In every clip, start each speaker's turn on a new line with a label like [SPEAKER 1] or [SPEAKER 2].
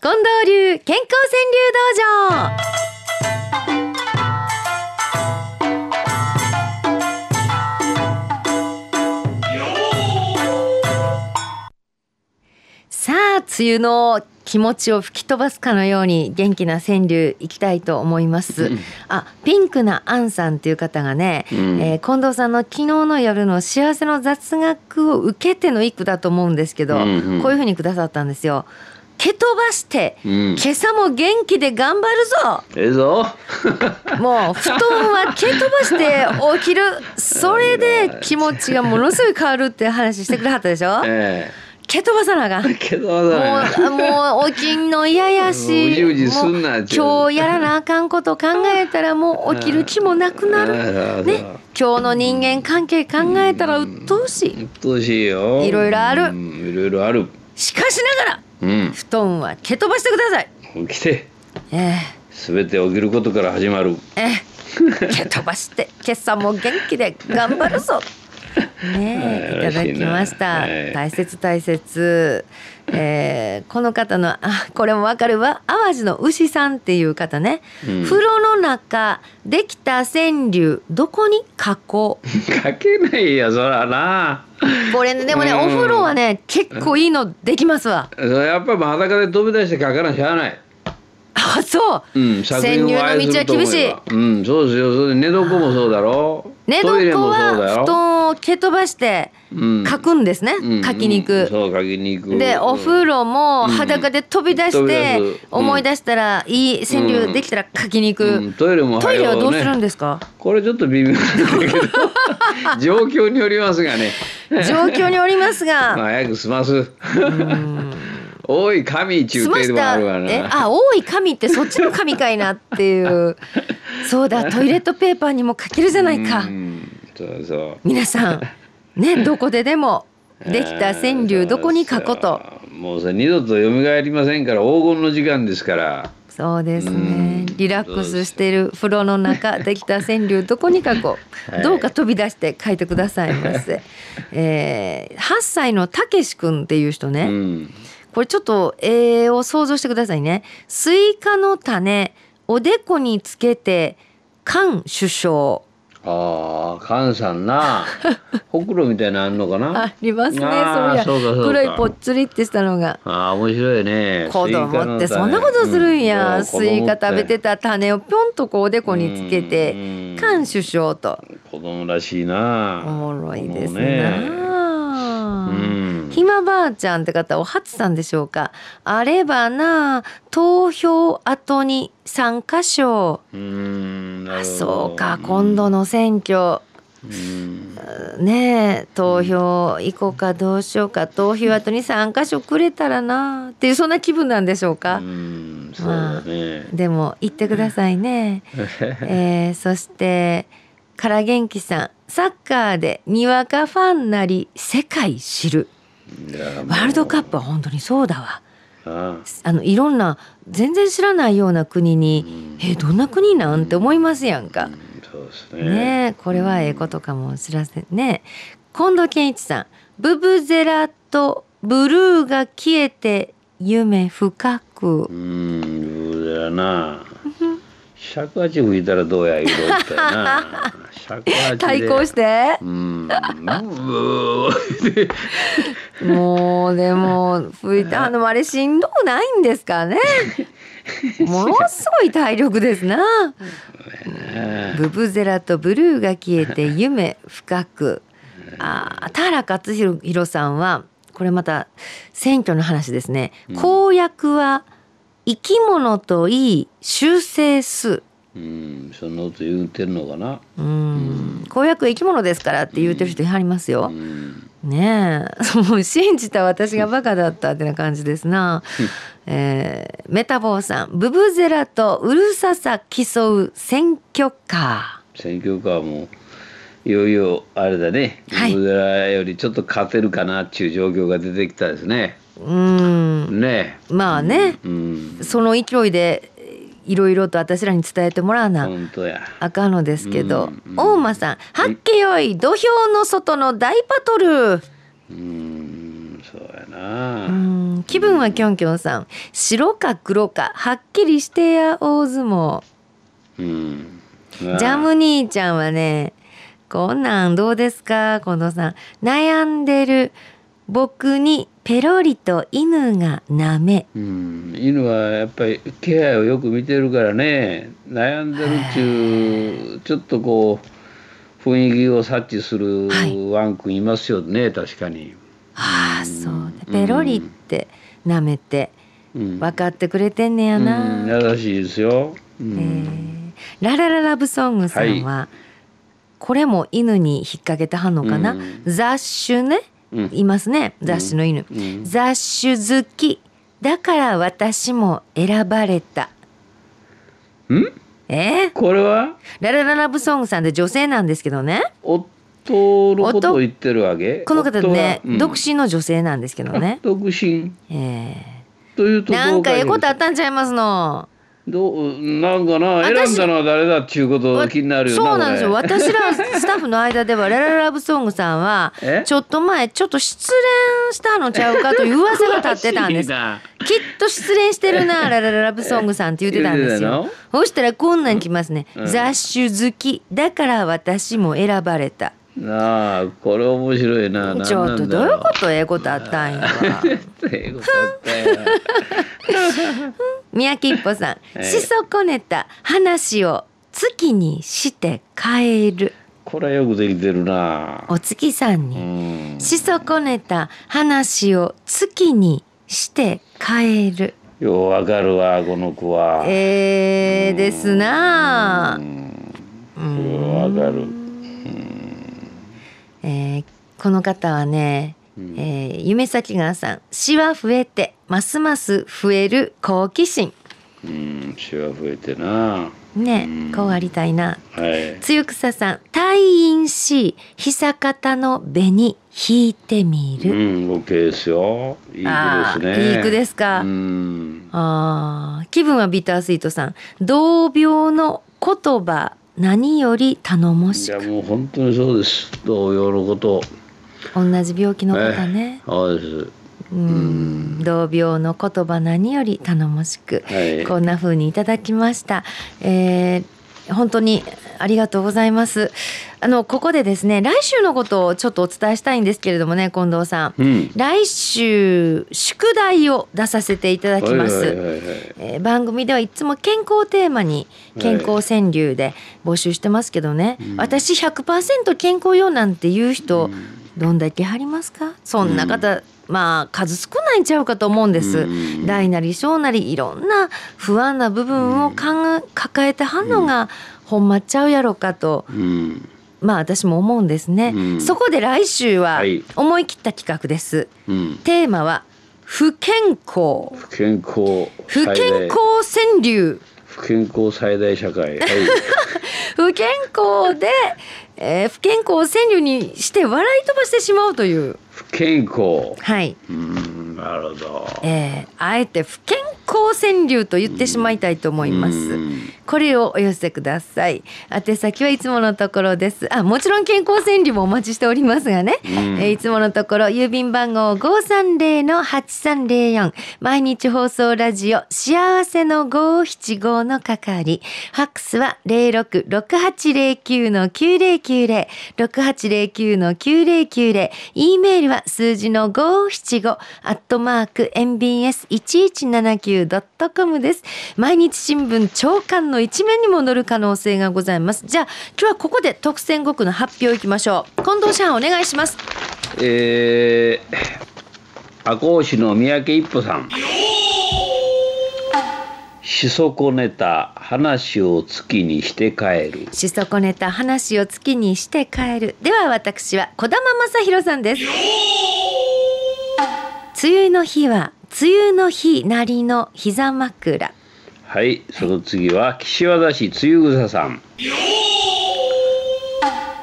[SPEAKER 1] 近藤流健康川柳道場さあ梅雨の気持ちを吹き飛ばすかのように元気な川柳いきたいと思います、あピンクなアンさんという方がね、
[SPEAKER 2] うん
[SPEAKER 1] えー近藤さんの昨日の夜の幸せの雑学を受けての一句だと思うんですけど、
[SPEAKER 2] うんうん
[SPEAKER 1] こういうふうにくださったんですよ蹴飛ばして、
[SPEAKER 2] うん
[SPEAKER 1] 今朝も元気で頑張るぞ
[SPEAKER 2] ええぞ。
[SPEAKER 1] もう布団は蹴飛ばして起きるそれ で気持ちがものすごい変わるって話してくれはったでしょ
[SPEAKER 2] え
[SPEAKER 1] 蹴飛ばさなあかん
[SPEAKER 2] え。けどだね。
[SPEAKER 1] もうもう起きんの嫌やし
[SPEAKER 2] うじうじすんな
[SPEAKER 1] もう
[SPEAKER 2] ちゅう
[SPEAKER 1] 今日やらなあかんこと考えたらもう起きる気もなくなる
[SPEAKER 2] る
[SPEAKER 1] ね今日の人間関係考えたら鬱陶しい
[SPEAKER 2] 鬱陶しいよ。
[SPEAKER 1] いろいろある
[SPEAKER 2] うんいろいろある。
[SPEAKER 1] しかしながら
[SPEAKER 2] うん。
[SPEAKER 1] 布団は蹴飛ばしてください
[SPEAKER 2] 起きて。
[SPEAKER 1] ええ
[SPEAKER 2] すべて起きることから始まる。
[SPEAKER 1] ええ蹴飛ばして今朝も元気で頑張るぞねえ、
[SPEAKER 2] はい
[SPEAKER 1] い、ただきました、
[SPEAKER 2] 嬉しいなはい
[SPEAKER 1] 大切大切、えーこの方のあこれもわかるわ淡路の牛さんっていう方ね、
[SPEAKER 2] うん
[SPEAKER 1] 風呂の中できた川柳どこに加工
[SPEAKER 2] かけないよ、そらな。
[SPEAKER 1] これねでもね
[SPEAKER 2] うん
[SPEAKER 1] お風呂はね結構いいのできますわ
[SPEAKER 2] それやっぱり裸で飛び出して書かなしゃあない。
[SPEAKER 1] あそう、
[SPEAKER 2] うん、作
[SPEAKER 1] 潜
[SPEAKER 2] 品
[SPEAKER 1] 入
[SPEAKER 2] を
[SPEAKER 1] の
[SPEAKER 2] 愛す
[SPEAKER 1] 道は
[SPEAKER 2] ると思
[SPEAKER 1] 厳し
[SPEAKER 2] え
[SPEAKER 1] い
[SPEAKER 2] ば。うん、そうですよ。それで寝床もそうだろ。
[SPEAKER 1] 寝
[SPEAKER 2] トイレ
[SPEAKER 1] 床
[SPEAKER 2] もそうだ
[SPEAKER 1] は
[SPEAKER 2] よ
[SPEAKER 1] 布。団を蹴飛ばして
[SPEAKER 2] うん
[SPEAKER 1] 書くんですね、
[SPEAKER 2] うん
[SPEAKER 1] 書きに行く、
[SPEAKER 2] うんそう、書きに行く。
[SPEAKER 1] でお風呂も裸で飛び出
[SPEAKER 2] う
[SPEAKER 1] し
[SPEAKER 2] ん飛び
[SPEAKER 1] て
[SPEAKER 2] 出すうん
[SPEAKER 1] 思い出したらいい川柳できたら書きに行
[SPEAKER 2] うん
[SPEAKER 1] く
[SPEAKER 2] トイレも
[SPEAKER 1] トイレはどうするん
[SPEAKER 2] で
[SPEAKER 1] ですか
[SPEAKER 2] これちょっと微妙なんだけど状況によりますがね
[SPEAKER 1] 状況におります が
[SPEAKER 2] 早く済ます多い神中
[SPEAKER 1] 済ま
[SPEAKER 2] 継で
[SPEAKER 1] し
[SPEAKER 2] もあ
[SPEAKER 1] た
[SPEAKER 2] るわ
[SPEAKER 1] え
[SPEAKER 2] な
[SPEAKER 1] あ多い神ってそっちの神かいなって いうそうだトイレットペーパーにも書けるじゃないか
[SPEAKER 2] うんそうそう
[SPEAKER 1] 皆さんねどこででもできた川
[SPEAKER 2] え
[SPEAKER 1] 柳
[SPEAKER 2] ー
[SPEAKER 1] どこに書こうと
[SPEAKER 2] そうそうもうさ二度と蘇りませんから黄金の時間ですから
[SPEAKER 1] そうですね
[SPEAKER 2] うん
[SPEAKER 1] リラックスしている風呂の中できた川柳どこに書こう、
[SPEAKER 2] はい
[SPEAKER 1] どうか飛び出して書いてくださいませ、 えー、8歳のたけしくんっていう人ね、
[SPEAKER 2] うん
[SPEAKER 1] これちょっと絵を想像してくださいねスイカの種おでこにつけて菅首相
[SPEAKER 2] ああ菅さ んなほくろみたいなのあんのかな
[SPEAKER 1] ありますね
[SPEAKER 2] あー
[SPEAKER 1] そうい
[SPEAKER 2] そうか
[SPEAKER 1] や
[SPEAKER 2] そうか
[SPEAKER 1] 黒いぽっつりってしたのが
[SPEAKER 2] ああ面白いね
[SPEAKER 1] 子供って
[SPEAKER 2] スイ
[SPEAKER 1] そ
[SPEAKER 2] カの種
[SPEAKER 1] んなことするんや、
[SPEAKER 2] うん
[SPEAKER 1] スイカ食べてた種をぴょんとこうおでこにつけ
[SPEAKER 2] う
[SPEAKER 1] て
[SPEAKER 2] ん
[SPEAKER 1] 菅首相と。
[SPEAKER 2] 子供らしいな
[SPEAKER 1] おもろいです
[SPEAKER 2] も
[SPEAKER 1] な
[SPEAKER 2] うね
[SPEAKER 1] あ。
[SPEAKER 2] うん
[SPEAKER 1] ひまばあちゃんって方お初さんでしょうかあればなあ投票後に参加賞
[SPEAKER 2] うーんな
[SPEAKER 1] あ
[SPEAKER 2] るほど
[SPEAKER 1] そうか今度の選挙
[SPEAKER 2] うん
[SPEAKER 1] ねえ投票行こうかどうしようか投票後に参加賞くれたらなあっていうそんな気分なんでしょう
[SPEAKER 2] う
[SPEAKER 1] か、
[SPEAKER 2] んそうだね
[SPEAKER 1] でも行ってくださいね。えーそしてから元気さんサッカーでにわかファンなり世界知る
[SPEAKER 2] いやもう
[SPEAKER 1] ワールドカップは本当にそうだわ
[SPEAKER 2] ああ
[SPEAKER 1] あのいろんな全然知らないような国
[SPEAKER 2] うん
[SPEAKER 1] にえーどんな国なんて思いますやん
[SPEAKER 2] う
[SPEAKER 1] か
[SPEAKER 2] んそうですね
[SPEAKER 1] ねえこれはええことかもしらせんね近藤健一さん「ブブゼラとブルーが消えて夢深く
[SPEAKER 2] う」んブルーだな尺八吹いたらどうやいうろってな尺八で
[SPEAKER 1] 対抗して
[SPEAKER 2] うんブーで
[SPEAKER 1] もうでも吹いたあのあれしんどくないんですか ね。ものすごい体力ですな。ブブゼラとブルーが消えて夢深く。あー田原勝弘さんはこれまた選挙の話ですね。公約は生き物といい修正数。
[SPEAKER 2] うんそのこと言うてんのかな
[SPEAKER 1] うん、公約は生き物ですからって言ってる人いはりますよ。
[SPEAKER 2] うん
[SPEAKER 1] ねえ もう信じた私がバカだったってな感じですな、えーメタボーさん「ブブゼラとうるささ競う選挙カ
[SPEAKER 2] 選挙カーもいよいよあれだね、
[SPEAKER 1] はい
[SPEAKER 2] ブブゼラよりちょっと勝てるかなっていう状況が出てきたですね。
[SPEAKER 1] ー」うん
[SPEAKER 2] ね
[SPEAKER 1] まあね、
[SPEAKER 2] え、うん、
[SPEAKER 1] その勢いでいろいろと私らに伝えてもらわな
[SPEAKER 2] 本当や。
[SPEAKER 1] あかんのですけど、
[SPEAKER 2] うん
[SPEAKER 1] 大間さん「はっけよい土俵の外の大パトル」
[SPEAKER 2] うん、そうやな。な、
[SPEAKER 1] うん気分はきょんきょんさん白か黒かはっきりしてや大相撲
[SPEAKER 2] うんジ
[SPEAKER 1] ジャム兄ちゃんはねこんなんどうですか近藤さん悩んでる僕にペロリと犬がなめ
[SPEAKER 2] うん、犬はやっぱり気配をよく見てるからね悩んでるっていうちょっとこう雰囲気を察知する
[SPEAKER 1] はい
[SPEAKER 2] ワン君いますよね、確かに、
[SPEAKER 1] ああそうね
[SPEAKER 2] うん
[SPEAKER 1] ペロリってなめて
[SPEAKER 2] うん、
[SPEAKER 1] 分かってくれてんねや
[SPEAKER 2] うん
[SPEAKER 1] な、
[SPEAKER 2] 優しいですよ、う
[SPEAKER 1] え
[SPEAKER 2] ん
[SPEAKER 1] ーララララブソングさんは、これも犬に引っ掛けてはんのかな、
[SPEAKER 2] うん
[SPEAKER 1] 雑種ね
[SPEAKER 2] うん
[SPEAKER 1] いますね雑種の犬、
[SPEAKER 2] うん
[SPEAKER 1] 雑種好きだから私も選ばれた
[SPEAKER 2] うん
[SPEAKER 1] えー、
[SPEAKER 2] これは
[SPEAKER 1] ララララブソングさんで女性なんですけどね
[SPEAKER 2] 夫のことを言ってるわけ
[SPEAKER 1] この方ね、
[SPEAKER 2] 夫はうん
[SPEAKER 1] 独身の女性なんですけどね
[SPEAKER 2] あ、独身
[SPEAKER 1] え
[SPEAKER 2] という
[SPEAKER 1] ー、
[SPEAKER 2] と
[SPEAKER 1] なんかええことあ
[SPEAKER 2] あ
[SPEAKER 1] ったんちゃいますの
[SPEAKER 2] どうなんかな
[SPEAKER 1] 私
[SPEAKER 2] 選んだのは誰だっていうことが気になるよな
[SPEAKER 1] そうなんですよ
[SPEAKER 2] これ
[SPEAKER 1] 私らスタッフの間ではララララブソングさんは
[SPEAKER 2] え
[SPEAKER 1] ちょっと前ちょっと失恋したのちゃうかという噂が立ってたんですきっ
[SPEAKER 2] 詳しいな
[SPEAKER 1] と失恋してる なララララブソングさんって言ってたんです
[SPEAKER 2] 言う
[SPEAKER 1] よ
[SPEAKER 2] てた
[SPEAKER 1] そしたらこんなん来ますね、
[SPEAKER 2] うん
[SPEAKER 1] 雑種好きだから私も選ばれた
[SPEAKER 2] なあこれ面白いな
[SPEAKER 1] ちょっとどう
[SPEAKER 2] 何なん
[SPEAKER 1] い
[SPEAKER 2] だ
[SPEAKER 1] う
[SPEAKER 2] ろ
[SPEAKER 1] ことええことあった んやわ
[SPEAKER 2] ええことあったよな
[SPEAKER 1] 三宅一歩さん、
[SPEAKER 2] ええ
[SPEAKER 1] しそこねた話を月にして帰る
[SPEAKER 2] これよくできてるな
[SPEAKER 1] お月さん
[SPEAKER 2] う
[SPEAKER 1] に、
[SPEAKER 2] ん
[SPEAKER 1] しそこねた話を月にして帰る
[SPEAKER 2] ようわかるわこの子は
[SPEAKER 1] えー、ですなあ
[SPEAKER 2] うんようわかる
[SPEAKER 1] えーこの方はね、
[SPEAKER 2] うん
[SPEAKER 1] えー夢咲川さんシワ増えてますます増える好奇心
[SPEAKER 2] うん血は増えてな
[SPEAKER 1] ね
[SPEAKER 2] うん
[SPEAKER 1] こうありたいな
[SPEAKER 2] はい
[SPEAKER 1] つゆくささん退院し久方の紅引いてみ
[SPEAKER 2] う
[SPEAKER 1] る、
[SPEAKER 2] ん、オッケーですよ。いい
[SPEAKER 1] あ
[SPEAKER 2] 句です
[SPEAKER 1] ー
[SPEAKER 2] ね。
[SPEAKER 1] いい句ですか
[SPEAKER 2] うん。
[SPEAKER 1] あー気分はビタースイートさん同病の言葉何より頼も
[SPEAKER 2] い
[SPEAKER 1] し
[SPEAKER 2] や、
[SPEAKER 1] く
[SPEAKER 2] もう本当にそうです。同様のこと。
[SPEAKER 1] 同じ病気の方ね、
[SPEAKER 2] そうです。
[SPEAKER 1] うん同病の言葉何より頼もしく、
[SPEAKER 2] はい
[SPEAKER 1] こんな風にいただきました、えー本当にありがとうございますあのここでですね来週のことをちょっとお伝えしたいんですけれどもね近藤さん、
[SPEAKER 2] うん。
[SPEAKER 1] 来週宿題を出させていただきます、
[SPEAKER 2] はいはいはいはい
[SPEAKER 1] えー番組ではいつも健康をテーマに健康川柳で募集してますけどね、
[SPEAKER 2] うん
[SPEAKER 1] 私100%健康よなんて言う人どんだけありますかそんな方、まあ数少ないんちゃうかと思うんです、
[SPEAKER 2] うん
[SPEAKER 1] 大なり小なりいろんな不安な部分をかん抱えてはんのがほんまっちゃうやろかと
[SPEAKER 2] うん。
[SPEAKER 1] まあ私も思うんですね、
[SPEAKER 2] うん
[SPEAKER 1] そこで来週は
[SPEAKER 2] はい
[SPEAKER 1] 思い切った企画です、
[SPEAKER 2] うん。
[SPEAKER 1] テーマは不健康
[SPEAKER 2] 不健康。
[SPEAKER 1] 不
[SPEAKER 2] 最
[SPEAKER 1] 健
[SPEAKER 2] 大
[SPEAKER 1] 康。川柳
[SPEAKER 2] 不健康最大 社会。はい。
[SPEAKER 1] 不健康で、えー不健康を川柳にして笑い飛ばしてしまうという
[SPEAKER 2] 不健康。
[SPEAKER 1] はい、
[SPEAKER 2] うん、なるほど。
[SPEAKER 1] えーあえて不健康川柳と言ってしまいたいと思います。
[SPEAKER 2] うん
[SPEAKER 1] これをお寄せください宛先はいつものところですあもちろん健康川柳もお待ちしておりますがね、
[SPEAKER 2] ん
[SPEAKER 1] えーいつものところ郵便番号530-8304毎日放送ラジオ幸せの575の係ファックスは066809-9090 6809-9090 E メールは数字の575アットマーク mbs1179.com です毎日新聞朝刊の一面にも載る可能性がございますじゃあ今日はここで特選5句の発表いきましょう近藤シャンお願いします
[SPEAKER 2] えー。赤穂市の三宅一歩さん。しそこねた話を月にして帰る。
[SPEAKER 1] しそこねた話を月にして帰るでは私は小玉正弘さんです梅雨の日は梅雨の日なりの膝枕
[SPEAKER 2] はい、その次は岸和田市露草さん。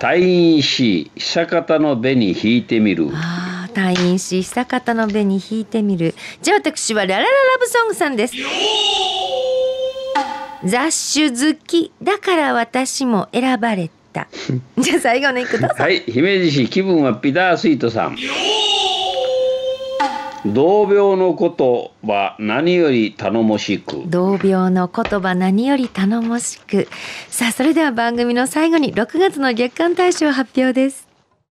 [SPEAKER 2] 退院し久方の紅引いてみる。
[SPEAKER 1] ああ退院し久方の紅引いてみるじゃあ私はララララブソングさんです雑種好きだから私も選ばれたじゃあ最後の一句どうぞ
[SPEAKER 2] はい、姫路市気分はピダースイートさん。同病のことは何より頼もしく
[SPEAKER 1] 同病の言葉何より頼もしくさあそれでは番組の最後に6月の月間大賞発表です